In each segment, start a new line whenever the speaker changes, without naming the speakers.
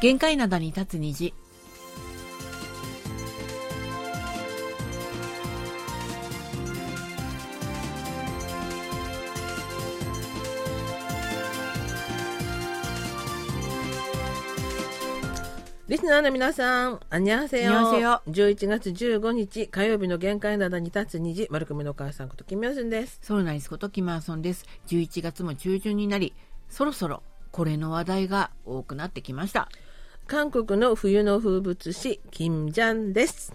限界灘に立つ虹
リスナーの皆さん、あにゃせよ。
안녕하세요
11月15日火曜日の限界灘に立つ虹、丸組のお母さんことキミヨスンです。
ソルナイスことキマーソンです11月も中旬になりそろそろこれの話題が多くなってきました
韓国の冬の風物詩、キムジャンです。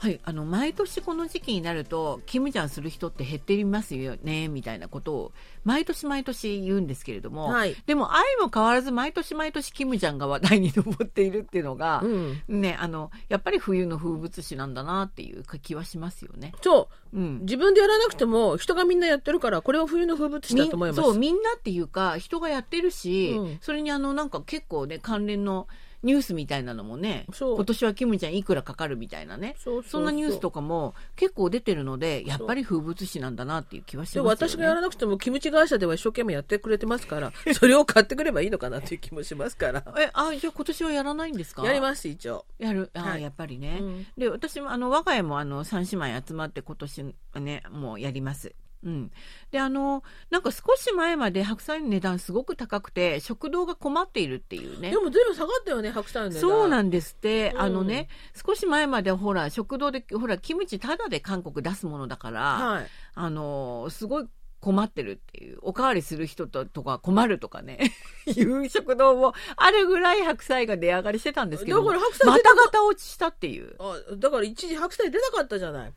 はいあの毎年この時期になるとキムジャンする人って減っていますよねみたいなことを毎年毎年言うんですけれども、
はい
でも相も変わらず毎年毎年キムジャンが話題に上っているっていうのが、
うん。
ねあのやっぱり冬の風物詩なんだなっていう気はしますよね。
そうう。
ん
自分でやらなくても、人がみんなやってるから、これは冬の風物詩だと思います。
みんそうみんなっていうか人がやってるし、
うん
それにあのなんか結構ね関連のニュースみたいなのもね
そう
今年はキムちゃんいくらかかるみたいなね
そうそうそう
そんなニュースとかも結構出てるのでやっぱり風物詩なんだなっていう気はします
で
よね。
私がやらなくてもキムチ会社では一生懸命やってくれてますからそれを買ってくればいいのかなという気もしますから
えあじゃあ今年はやらないんですか
やります一応、
やるあ、
はい
やっぱりね、
うん
で私もあの我が家もあの3姉妹集まって今年ねもうやります。うん、であのなんか少し前まで白菜の値段すごく高くて食堂が困っているっていうね
でも随分下がったよね白菜の値段
そうなんですって、
うん
あのね少し前までほら食堂でほらキムチタダで韓国出すものだから、
はい
あのーすごい困ってるっていうおかわりする人ととか困るとかね いう食堂もあるぐらい白菜が値上がりしてたんですけど
だから白菜
ま
出て
た
こ
がた落ちしたっていう
あだから一時白菜出なかったじゃない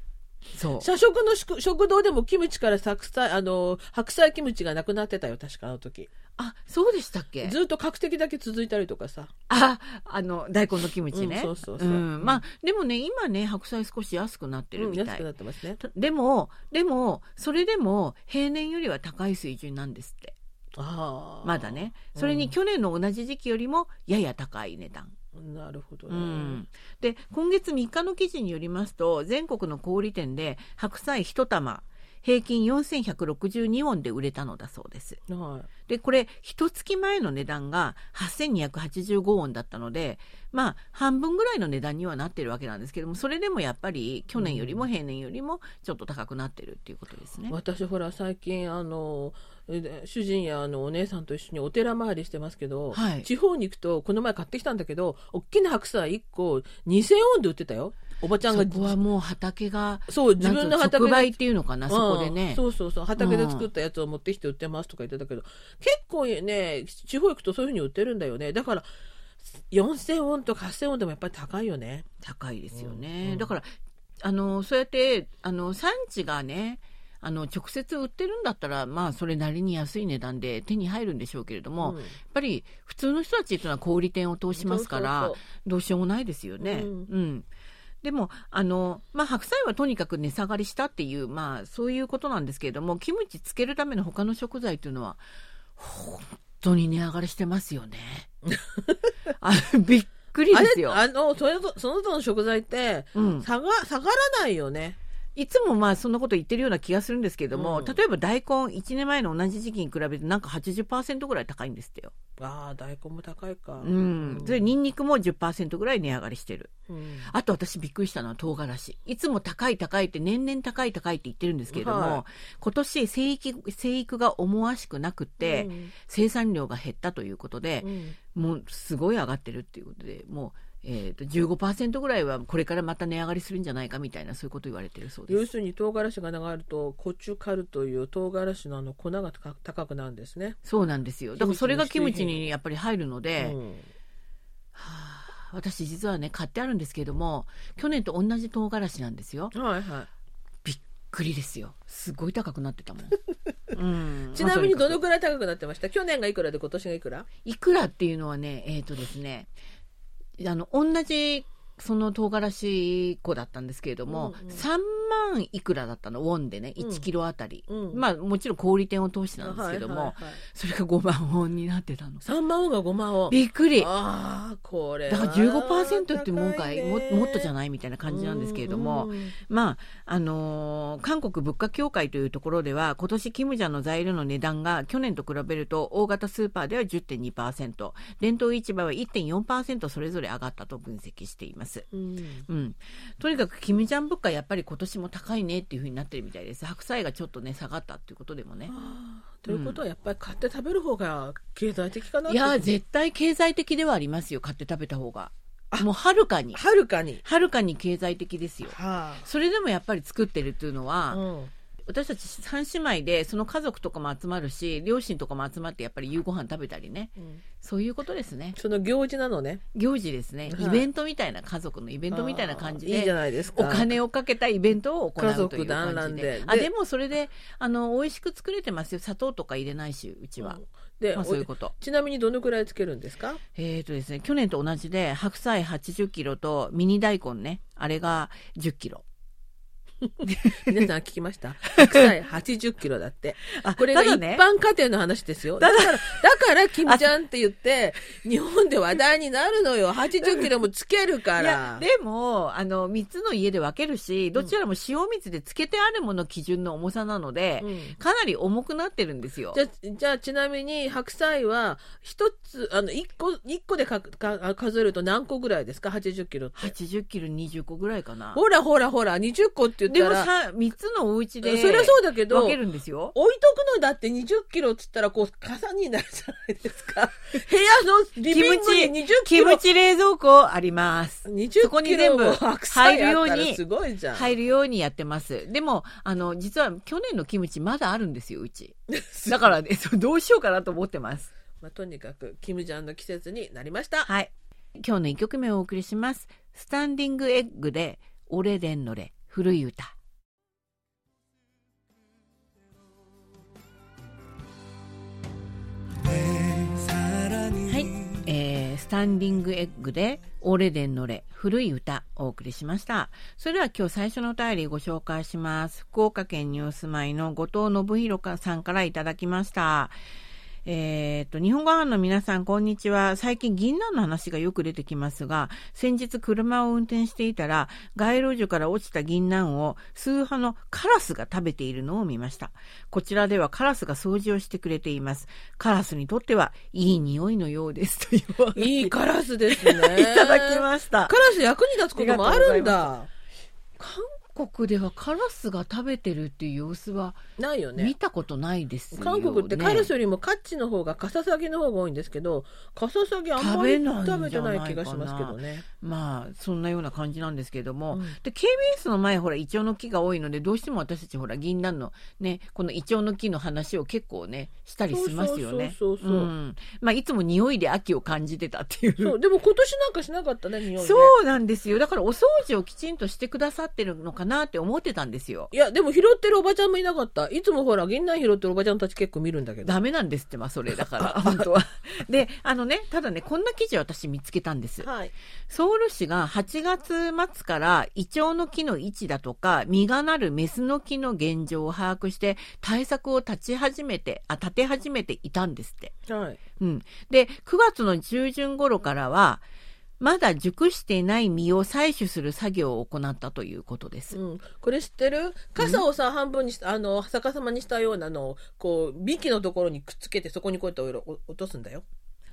そう
社食の食食堂でもキムチから白菜あの白菜キムチがなくなってたよ確かあの時
あそうでしたっけ
ずっと角的だけ続いたりとかさ
ああの大根のキムチね、
うん
ん、
そうそうそう
まあでもね今ね白菜少し安くなってる
うん
みたい、
安くなってますね
でも、でも、それでも平年よりは高い水準なんですって。
ああ
まだね。
うん
それに去年の同じ時期よりもやや高い値段。
なるほど
う
ね、
ん。で、今月3日の記事によりますと、全国の小売店で白菜1玉、平均4162ウォンで売れたのだそうです。
はい
で、これ、一月前の値段が8285ウォンだったので、まあ、半分ぐらいの値段にはなってるわけなんですけども、それでもやっぱり去年よりも平年よりもちょっと高くなってるっていうことですね。
私ほら最近あのえ主人やあのお姉さんと一緒にお寺回りしてますけど、
はい
地方に行くとこの前買ってきたんだけど大きな白菜1個2000ウォンで売ってたよおばちゃんが
そこはもう畑が
そう自分
な
の
んか
畑
直
で
売っていうのかな、そこで
うん
ね
そうそうそう畑で作ったやつを持ってきて売ってますとか言ってたけど、結構ね地方行くとそういうふうに売ってるんだよねだから4000ウォンとか8000ウォンでもやっぱり高いよね
高いですよ
う
ね、
んうん
だからあのそうやってあの産地がねあの直接売ってるんだったら、まあ、それなりに安い値段で手に入るんでしょうけれども、
うん
やっぱり普通の人たちというのは小売店を通しますから
そうそう
どうしようもないですよね。
う
うんんでもあの、まあ、白菜はとにかく値下がりしたっていう、まあ、そういうことなんですけれどもキムチつけるための他の食材というのは本当に値上がりしてますよね。あびっくり
あ
です
れ
よ。
あのそれぞその他の食材って
うん、
下が下がらないよね
いつもまあそんなこと言ってるような気がするんですけれども、
うん
例えば大根1年前の同じ時期に比べてなんか80%ぐらい高いんですってよ。
ああ大根も高いか
うん、それニンニクも10%ぐらい値上がりしてる。
うん
あと私びっくりしたのは唐辛子。いつも高い高いって年々高い高いって言ってるんですけれども、
はい
今年生育生育が思わしくなくて、
うん
生産量が減ったということで
う、ん
もうすごい上がってるっていうことで、もう、えー、と15%ぐらいはこれからまた値上がりするんじゃないかみたいなそういうこと言われてるそうで
要
す。
するに唐辛子が流れるとコチュカルという唐辛子のあの粉が高高くなるんですね、
そうなんですよ。だからそれがキムチにやっぱり入るので、
うん
はあ私実はね買ってあるんですけれども、去年と同じ唐辛子なんですよ。
はいはい
びっくりですよすごい高くなってた もん、うん
ちなみに
まあと
どの
か
くらい高くなってました去年がいくらで今年がいくら
いくらっていうのはねえっ、とですねあの同じその唐辛子粉だったんですけれども、
うんうん
3万いくらだったのウォンでね
うん
1キロあたり、
うん
まあもちろん小売店を通してなんですけども、
はいはいはい
それが5万ウォンになってたの
3万が5万を
びっくりだ
ああこれ
から15%ってもうかいももっとじゃ
い
ないみたいな感じなんですけれども、
うんうん
まああのー韓国物価協会というところでは今年キムジャンの材料の値段が去年と比べると大型スーパーでは10.2%伝統市場は1.4%それぞれ上がったと分析しています。
うん
うん、とにかくキムジャン物価やっぱり今年も高いねっていうふうになってるみたいです白菜がちょっとね下がったっていうことでもね
あーということはやっぱり買って食べる方が経済的かなっ
い
て
やー絶対経済的ではありますよ買って食べた方がもうはるかに
はるかに
はるかに経済的ですよ
は
それでもやっぱり作ってるっていうのは、
あうん
私たち3姉妹でその家族とかも集まるし両親とかも集まってやっぱり夕ご飯食べたりね
うん
そういうことですね
その行事なのね
行事ですね、
はい
イベントみたいな家族のイベントみたいな感じで
あーいいじゃないです
お
か
金をかけたイベントを行うという
家族団ら
感
ん
じ
で
であ
で
でもそれであの美味しく作れてますよ砂糖とか入れないしうちは、
で、
まあ、そういう
お
こと
ちなみにどのくらいつけるんですか
えーとですね去年と同じで白菜8 0キロとミニ大根ねあれが1 0キロ
皆さん聞きました 白菜80キロだって
あ
これが
た
一
だね
般家庭の話ですよ。だから、だから、キムちゃんって言って、日本で話題になるのよ。80キロもつけるか
いや
ら。
でもあの3つの家で分けるしどちらも塩水でつけてあるもの基準の重さなので、
うん
かなり重くなってるんですよ
じゃあ、じゃあ、ちなみに、白菜は、一つ、あの、一個、一個でかかあ数えると何個ぐらいですか ?80 キロって。
8 0キロ2 5ぐらいかな
ほらほらほら、20個って
で
言っ
も
たら、
さ3つのお家で
そりゃそうだけど、
分
置
け
い
るんですよ
とくのだって20キロっつったら、こう、傘になるじゃないです か。部屋のリビングに
キ
20キ
ム
ロ。
チ冷蔵庫ありますそこ
20
に
キ
全
ロ
部
も白菜あった
入るように
らすごいじゃん。
入るようにやってますでもあの実は去年のキムチまだあるんですようち だからねそうどうしようかなと思ってます
まあ、とにかくキムジャンの季節になりました。
はい今日の1曲目をお送りしますスタンディングエッグで「俺でんのれ古い歌」はい、えースタンディングエッグで「オーレデンのれ古い歌」お送りしましたそれでは今日最初のお便りご紹介します福岡県にお住まいの後藤信弘さんからいただきましたえーっと日本語班の皆さんこんにちは最近銀杏の話がよく出てきますが先日車を運転していたら街路樹から落ちた銀杏を数派のカラスが食べているのを見ましたこちらではカラスが掃除をしてくれていますカラスにとってはいい匂いのようですというお話
いいカラスです ね。い
いただきました
カラス役に立つこともあるんだ。
韓国ではカラスが食べてるっていう様子は
ないよ
見
ね。
たことないですよ、ね
韓国ってカラスよりもカッチの方がカササギの方が多いんですけど、カササギあんまり食べてない気がしますけどね。
まあそんなような感じなんですけれども、
うん
で KBS の前ほらイチョウの木が多いのでどうしても私たちほら銀杏のねこのイチョウの木の話を結構ねしたりしますよね。
そうそうそうそうん
まあいつも匂いで秋を感じてたっていう。
そう、でも今年なんかしなかったね、匂い、ね。
そうなんですよだからお掃除をきちんとしてくださってるのかなって思ってたんですよ。
いや、でも拾ってるおばちゃんもいなかった。いつもほら、銀杏拾ってるおばちゃんたち結構見るんだけど。
ダメなんですってまあそれだから 本当は。であのねただねこんな記事私見つけたんです。
はい。
ソウル市が8月末からイチョウの木の位置だとか実がなるメスの木の現状を把握して対策を立ち始めてあ立て始めていたんですって。
はい。
うん、で9月の中旬頃からはまだ熟していない実を採取する作業を行ったということです。
うん、これ知ってる傘をさ半分にしあの逆さまにしたようなのをこう幹のところにくっつけてそこにこうやってお色を落とすんだよ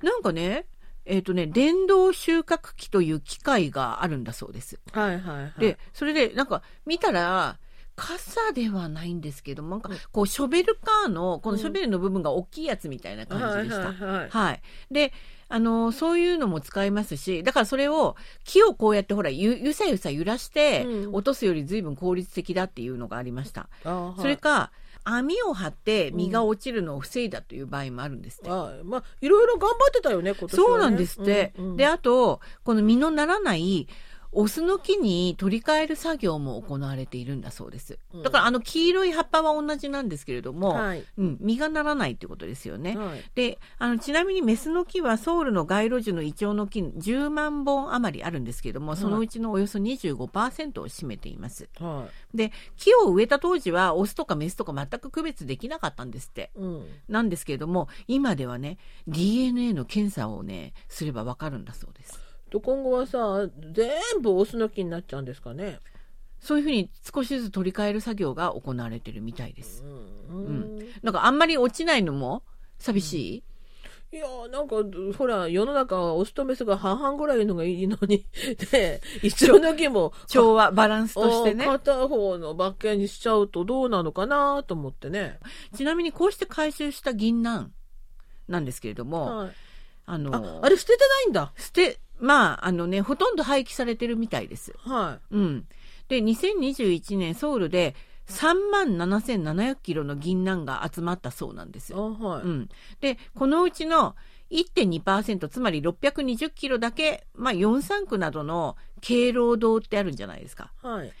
なんかねえっ、とね電動収穫機という機械があるんだそうです。
はいはいはい
で、それでなんか見たら傘ではないんですけどもなんか
うん
こうショベルカーのこの
うん
ショベルの部分が大きいやつみたいな感じでした。は
は
いい
はいはい
であのそういうのも使いますしだからそれを木をこうやってほらゆゆさゆさ揺らして
うん
落とすより随分効率的だっていうのがありました、
あーはい
それか網を張って実が落ちるのを防いだという場合もあるんですって、
はいまあいろいろ頑張ってたよね今年はね
そうなんですって、
うんうん
であとこの実のならないお酢の木に取り替える作業も行われているんだそうです。
うん
だからあの黄色い葉っぱは同じなんですけれども、
はい。
うん、実がならないってことですよね。
はい。
であのちなみにメスの木はソウルの街路樹のイチョウの木10万本余りあるんですけれどもそのうちのおよそ25%を占めています
は
で木を植えた当時はオスとかメスとか全く区別できなかったんですって
い。うん。
なんですけれども今ではね DNA の検査をねすればわかるんだそうです
と今後はさ、全部オスの木になっちゃうんですかね。
そういうふうに少しずつ取り替える作業が行われてるみたいです
う
ん
ん。
なんかあんまり落ちないのも寂しい、
いやーなんか、ほら、世の中はオスとメスが半々ぐらいのがいいのに、 で、一応の木も、
調和バランスとして
あ
ね
ー片方の馬券にしちゃうとどうなのかなと思ってね。
ちなみにこうして回収した銀杏なんですけれども、
はい
あ
あ
の、
あれ捨ててないんだ。
捨て、まあ、あのね、ほとんど廃棄されてるみたいです。
は
うん。で、2021年ソウルで3万7700キロの銀杏が集まったそうなんです
い。あ。はい。
うん。で、このうちの1.2%、つまり620キロだけ、まあ、4産区などの敬老堂ってあるんじゃないですか。
はい。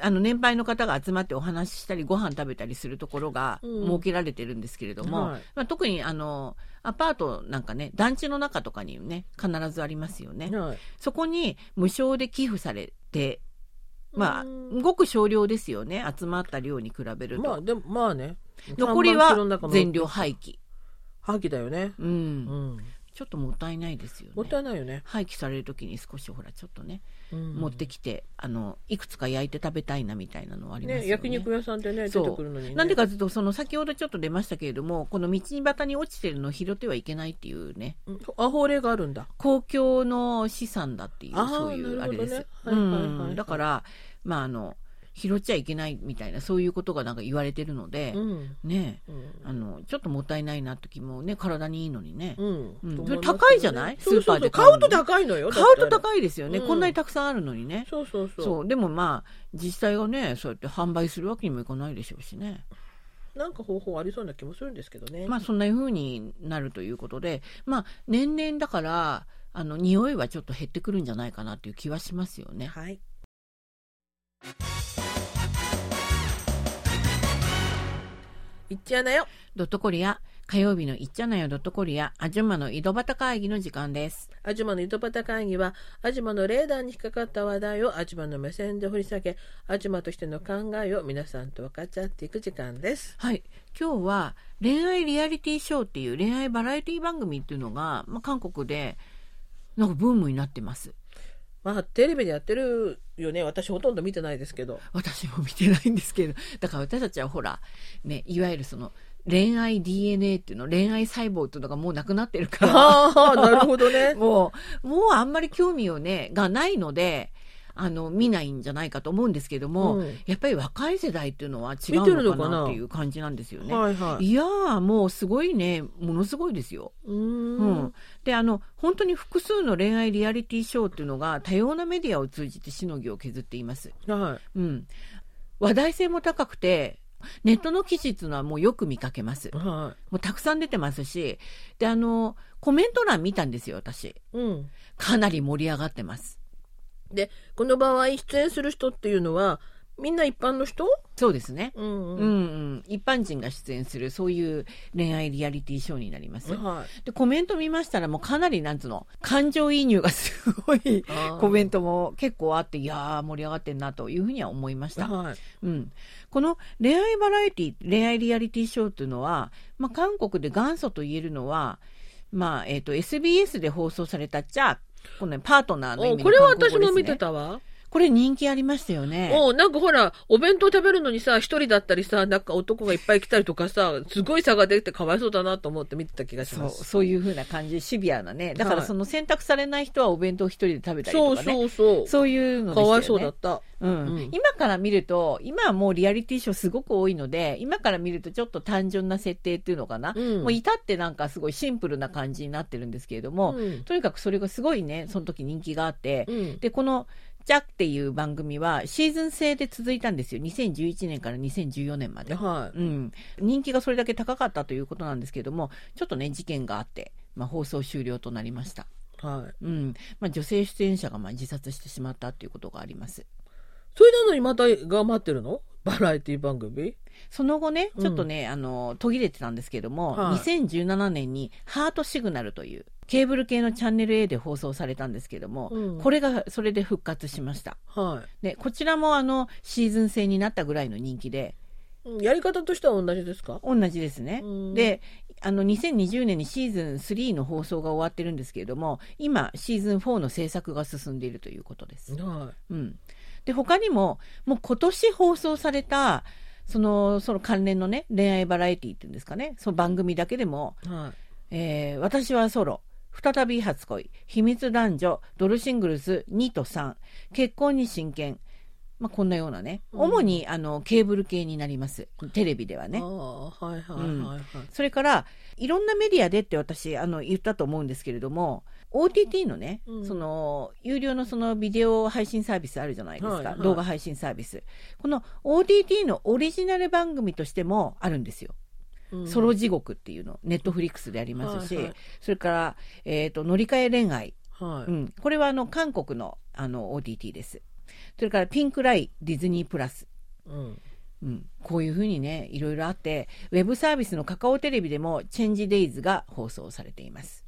あの、年配の方が集まってお話ししたり、ご飯食べたりするところが
うん
設けられてるんですけれども、
はい
まあ、特にあの、アパートなんかね、団地の中とかにね、必ずありますよね。
はい。
そこに無償で寄付されて、まあ、
うん
ごく少量ですよね、集まった量に比べると。
まあ、でも、まあね。
残り
看板の
は
中の
全量廃棄。
破棄だよね。
うん。
うん。
ちょっともったいないですよね。
もったいないよね。
廃棄される時に少しほらちょっとね、持
持
ってきてあのいくつか焼いて食べたいなみたいなのはありますよ
ね、
ね
焼肉屋さんでね、出
そう
てくるのにね。
なんでかというと、その先ほどちょっと出ましたけれども、この道端に落ちてるのを拾ってはいけないっていうね、
うん。あ、法令があるんだ。
公共の資産だっていう、
あー
そういう
な
あ
る
れ
ほど
で
ね
す。
はいはいはいはい
うんだから、まああの、拾っちゃいけないみたいな、そういうことがなんか言われてるので、
うん。
ね
うん
あの、ちょっともったいないなって気もね、体にいいのにね。
うん
うん
と思ます
それ高いじゃない
そうそう
スーパー
そう
で買
買
うの
うと高いのよ。
買うと
だって
高いですよね、
うん
こんなにたくさんあるのにね
あれ。そうそうそう。
そう、でもまあ、自治体がね、そうやって販売するわけにもいかないでしょうしね。
なんか方法ありそうな気もするんですけどね。
まあそんな風になるということで、まあ年々だから、あの、匂いはちょっと減ってくるんじゃないかなっていう気はしますよね。
はい。いっちゃなよ。
ドットコリア、火曜日のいっちゃなよドットコリア、アジュマの井戸端会議の時間です。
アジマの井戸端会議は、アジマのレーダーに引っかかった話題をアジマの目線で掘り下げ、アジマとしての考えを皆さんと分かち合っていく時間です。
はい。今日は恋愛リアリティショーっていう恋愛バラエティ番組っていうのが、まあ韓国で、なんかブームになってます。
まあ、テレビでやってるよね。私ほとんど見てないですけど。
私も見てないんですけど、だから私たちはほら、ね、いわゆるその恋愛 DNA っていうの、恋愛細胞っていうのがもうなくなってるから。
ああ、なるほど ね。
もう、もうあんまり興味をね、がないので、あの、見ないんじゃないかと思うんですけども、
うん
やっぱり若い世代っていうのは違
見て
う
る
の
の
か
か
な
な
っていう感じなんですよね。
はいはい。
いやー、もうすごいね、ものすごいですよ。
うー
うんん。で、あの、本当に複数の恋愛リアリティショーっていうのが多様なメディアを通じてしのぎを削っています。
はい。
うん。話題性も高くて、ネットの記事っていうのはもうよく見かけます。
は
もうたくさん出てますし、で、あの、コメント欄見たんですよ、私。
い。うん。
かなり盛り上がってます。
でこの場合出演する人っていうのはみんな一般の人、
そうですね。
う
う
ん
んうん、一般人が出演するそういう恋愛リアリティショーになります。
は
でコメント見ましたらもうかなりなんつうの感情移入がすごい
い、あー
コメントも結構あっていやー盛り上がってんなというふうには思いました。
はい
うん、この恋愛バラエティ恋愛リアリティショーというのは、まあ、韓国で元祖と言えるのは、まあえっと SBS で放送されたじゃあこの、ね、パートナーの意
お
味の
これは
韓国
私
語です
も
ね
見てたわ、
これ人気ありましたよね。
おなんかほらお弁当食べるのにさ一人だったりさなんか男がいっぱい来たりとかさすごい差が出てかわいそうだなと思って見てた気がし
そ
ま
う
す
そういう風な感じシビアなねだから
はい
その選択されない人はお弁当一人で食べたり
そ
と
う
かね
そうそう
そういうので
か
すよね
わいそうだった
うん
うん
今から見ると今はもうリアリティショーすごく多いので今から見るとちょっと単純な設定っていうのかな、
うん
もう至ってなんかすごいシンプルな感じになってるんですけれど
う
も、
ん
とにかくそれがすごいねその時人気があって、
うん
でこの「ジャック」っていう番組はシーズン制で続いたんですよ2011年から2014年まで。
はい
うん、人気がそれだけ高かったということなんですけれどもちょっとね事件があって、まあ、放送終了となりました
はい。
うんまあ、女性出演者がまあ自殺してしまったっていうことがあります
それなのにまた頑張ってるのバラエティ番組
その後ね
うん
ちょっとね、あの途切れてたんですけども、
はい
2017年に「ハートシグナル」というケーブル系のチャンネル A で放送されたんですけども、
うん
これがそれで復活しました
は
でこちらもあのシーズン制になったぐらいの人気で
い。やり方としては同じですか
同じですね、
うん
であの2020年にシーズン3の放送が終わってるんですけれども今シーズン4の制作が進んでいるということです、
は
うん、で他にももう今年放送されたそのその関連のね恋愛バラエティっていうんですかねその番組だけでも
い。は
「えー私はソロ」「再び初恋」「秘密男女」「ドルシングルス2と3」「結婚に真剣」まあ、こんなようなね
うん。
主にあのケーブル系になりますテレビではいね
あ。あ、はいはい
うん
はいはい。
それからいろんなメディアでって私あの言ったと思うんですけれども OTT のね、
うん
その有料のそのビデオ配信サービスあるじゃないですか、
はいはい
動画配信サービスこの OTT のオリジナル番組としてもあるんですよ「ソロ
じ
地獄」っていうのネットフリックスでありますし、
はいはい
それから、えーと「乗り換え恋愛」
は
う
い。
ん、これはあの韓国のあの OTT ですそれから「ピンクライディズニープラス」
うん。
うん、こういうふうにねいろいろあってウェブサービスのカカオテレビでも「チェンジデイズが放送されています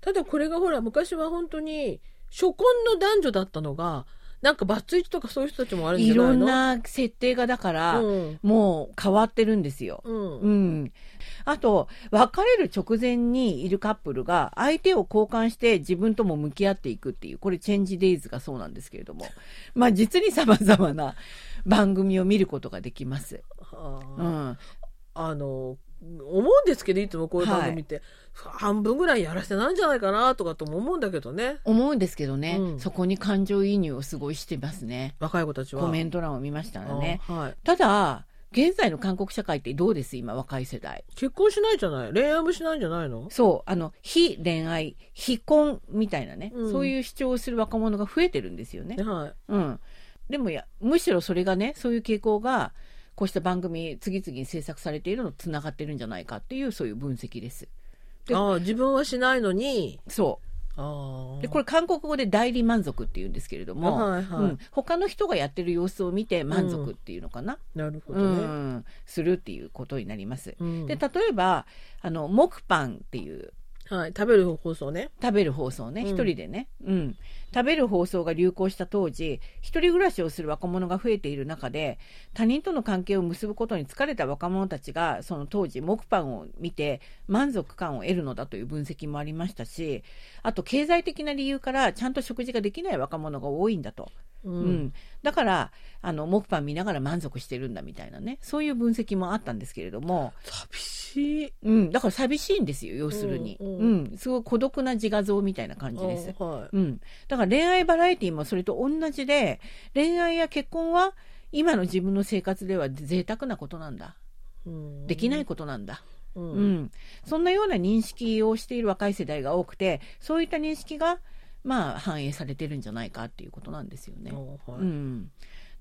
ただこれがほら、昔は本当に、初婚の男女だったのが、なんかバツイチとかそういう人たちもあるんじ
い
ゃな
ろ
い
ん
の
な設定がだから、
うん。
もう変わってるんですよ、
うん。
うん、あと別れる直前にいるカップルが相手を交換して自分とも向き合っていくっていうこれ「チェンジデイズがそうなんですけれどもまあ実にさまざまな番組を見ることができます、
あ
う
ー
ん、
あの思うんですけどいつもこういう番組って、半分ぐらいやらせてないんじゃないかなとかとも思うんだけどね
思うんですけどね、
うん
そこに感情移入をすごいしてますね
若い子たちは
コメント欄を見ましたらね。
あーはい、
ただ、現在の韓国社会ってどうです今、若い世代。
結婚しないじゃない恋愛もしないんじゃないの
そう、あの、非恋愛、非婚みたいなね、
うん
そういう主張をする若者が増えてるんですよね。
はい
うん。でもや、むしろそれがね、そういう傾向が、こうした番組、次々に制作されているのと繋がってるんじゃないかっていう、そういう分析です。で
あー自分はしないのに
そ
あ
う。
あ
で、これ韓国語で代理満足って言うんですけれども、
はいはい
うん、他の人がやってる様子を見て満足っていうのかな、
なるほ
う
どね、
ん、するっていうことになります。
うん
で例えばあの木パンっていう
はい、食べる放送ね
食べる放送ね
うん
一人でね、うん、食べる放送が流行した当時一人暮らしをする若者が増えている中で他人との関係を結ぶことに疲れた若者たちがその当時木パンを見て満足感を得るのだという分析もありましたしあと経済的な理由からちゃんと食事ができない若者が多いんだと、
う、
うんんだからあの木パン見ながら満足してるんだみたいなねそういう分析もあったんですけれども。
寂しい
うん、だから寂しいんですよ、要するに。う
うんん、
すごい孤独な自画像みたいな感じです。
はい
うん。だから恋愛バラエティもそれと同じで、恋愛や結婚は今の自分の生活では贅沢なことなんだ。
うん
できないことなんだ。
う
うんん。そんなような認識をしている若い世代が多くて、そういった認識が、まあ、反映されてるんじゃないかっていうことなんですよね。
あーはい
うん、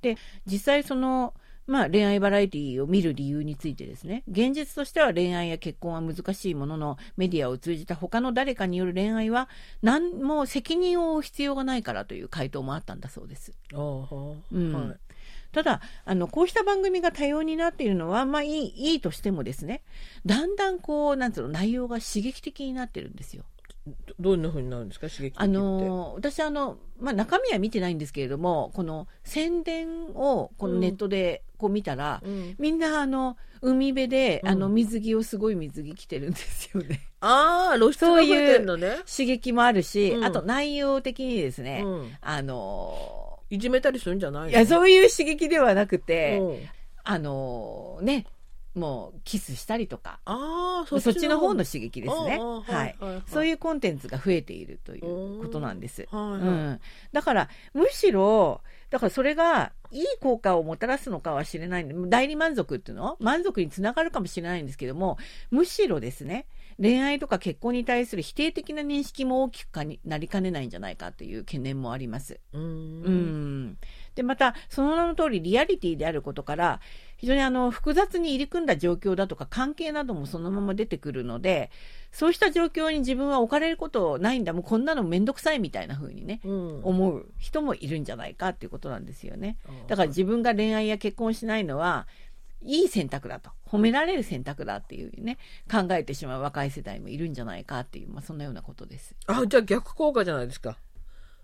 で実際その、まあ、恋愛バラエティを見る理由についてですね現実としては恋愛や結婚は難しいもののメディアを通じた他の誰かによる恋愛は何も責任を負う必要がないからという回答もあったんだそうです。
あーはい
うん
はい
ただあのこうした番組が多様になっているのは、まあ、いいいいとしてもですねだんだんこうなんつうの内容が刺激的になってるんですよ。
どどんな風になるんですか刺激的って
あのー私あの、まあ、中身は見てないんですけれどもこの宣伝をこのネットでこう見たら、
うん
みんなあの海辺で、
うん
あの水着をすごい水着着てるんですよ ね
ああ露出が増えてるのね
刺激もあるし、
うん
あと内容的にですね、
うん
あの
いじめたりするんじゃないの
ーいやそういう刺激ではなくて、
うん
あのーねもうキスしたりとか
ああ
そっちの方の
で
刺激ですねはいそう
い
いうコンテンツが増えているということなんです
うは
う
いはい
ん、だからむしろだからそれがいい効果をもたらすのかは知れない代理満足っていうの満足につながるかもしれないんですけどもむしろですね恋愛とか結婚に対する否定的な認識も大きくかになりかねないんじゃないかという懸念もあります。
う
うんん、で、また、その名の通りリアリティであることから、非常にあの、複雑に入り組んだ状況だとか関係などもそのまま出てくるので、そうした状況に自分は置かれることないんだ、もうこんなのめんどくさいみたいな風にね、
うん
思う人もいるんじゃないかっていうことなんですよね。だから自分が恋愛や結婚しないのは、いい選択だと、褒められる選択だっていうね、考えてしまう若い世代もいるんじゃないかっていう、まあそんなようなことです。
あじゃあ逆効果じゃないですか。
だか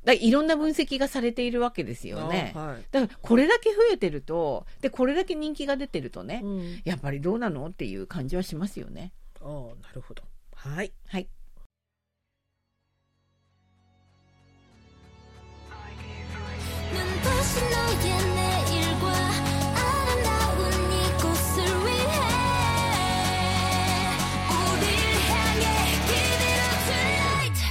らいろんな分析がされているわけですよね。
あはい
だからこれだけ増えてると、で、これだけ人気が出てるとね、
うん
やっぱりどうなのっていう感じはしますよね。
あーなるほど。はい。
はい。
눈부신 너의 내일과 아름다운 이곳을 위해 우릴 향해 Give it up tonight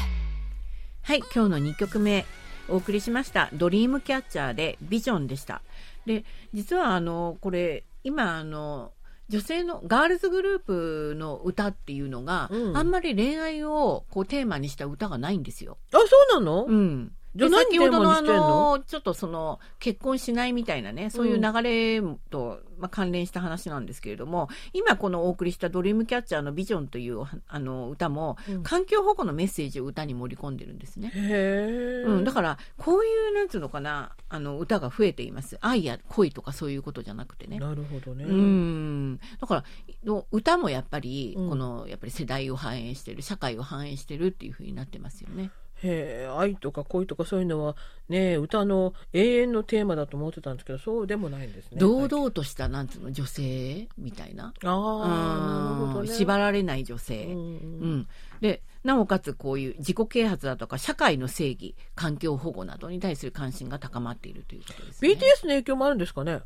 はい、今日の2曲目お送りしました「ドリームキャッチャー」で「ビジョン」でしたで実はあのこれ今あの女性のガールズグループの歌っていうのが、
うん
あんまり恋愛をこうテーマにした歌がないんですよ。
あそうなの？
うん、
じゃあ
で
何
先ほどの
テーマにしてんの
あのちょっとその結婚しないみたいなねそういう流れと、まあ、関連した話なんですけれども今このお送りした「ドリームキャッチャー」の「ビジョン」というおはあの歌も、
うん
環境保護のメッセージを歌に盛り込んでるんですね。
へえ。
うん、だからこういうなんつうのかなあの歌が増えています愛や恋とかそういうことじゃなくてね。
なるほどね。
うん、だからの歌もやっぱり、
うん
このやっぱり世代を反映してる社会を反映してるっていうふうになってますよね。
へえ愛とか恋とかそういうのはね歌の永遠のテーマだと思ってたんですけどそうでもないんですね。
堂々としたなんつうの女性みたいな、
ああなるほど
うん
ね。
縛られない女性、
うん
う
うん
ん、でなおかつこういう自己啓発だとか社会の正義環境保護などに対する関心が高まっているということですね。
BTS の影響もあるんですかね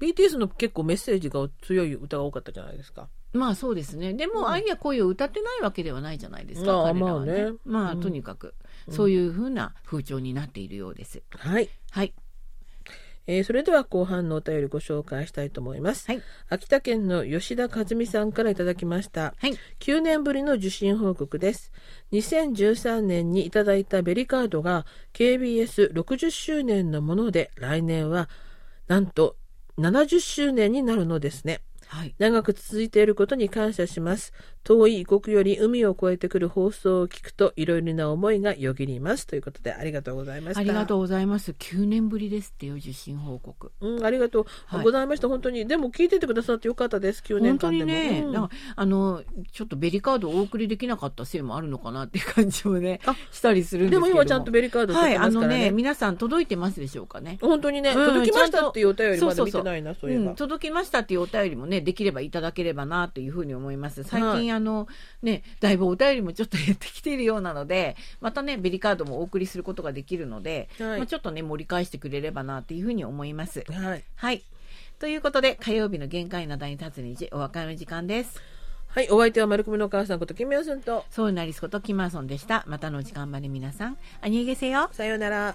?BTS の結構メッセージが強い歌が多かったじゃないですか。
まあそうですね。で
うん
も愛や恋を歌ってないわけではないじゃないです
ま
か。
あ
彼らは
まあ
ね
ね。
ま
う
あ
ん
とにかく
うん
そういう風な風潮になっているようです。
はい。
はい。
えーそれでは後半のお便りご紹介したいと思います。
はい。
秋田県の吉田和美さんからいただきました。
はい。
9年ぶりの受信報告です。2013年にいただいたベリカードが KBS60 周年のもので、来年はなんと70周年になるのですね。
はい。
長く続いていることに感謝します。遠い異国より海を越えてくる放送を聞くといろいろな思いがよぎります。ということでありがとうございました。
ありがとうございます。9年ぶりですっていう受信報告。
うん、ありがとう
はい
ございました、本当に。でも聞いててくださってよかったです、9年
本当
間
に
でも。
ね、
うん
なんかあのちょっとベリカードをお送りできなかったせいもあるのかなっていう感じもね
あ
したりするんでけ
です
ど
も
も。
今ちゃんとベリカード
は
取っ
い
てま
あ
す
の
から
ね
ね。
皆さん届いてますでしょうかね。
本当にね、
うん
届きましたっていうお便りまだ見てないな、そういえ
うん、
ば。
届きましたっていうお便りもねできればいただければなというふうに思います最近、
はい
あのねだいぶお便りもちょっと減ってきているようなのでまたねベリカードもお送りすることができるので、
はい
まあ、ちょっとね盛り返してくれればなというふうに思います
はい。
はいということで火曜日の限界なだに立つ日お別れの時間です
はい、お相手は丸組のお母さんこと、キムヨスンと、
ソウルナリスことキマーソンでしたまたのお時間まで皆さんアニエゲセよ
さようなら。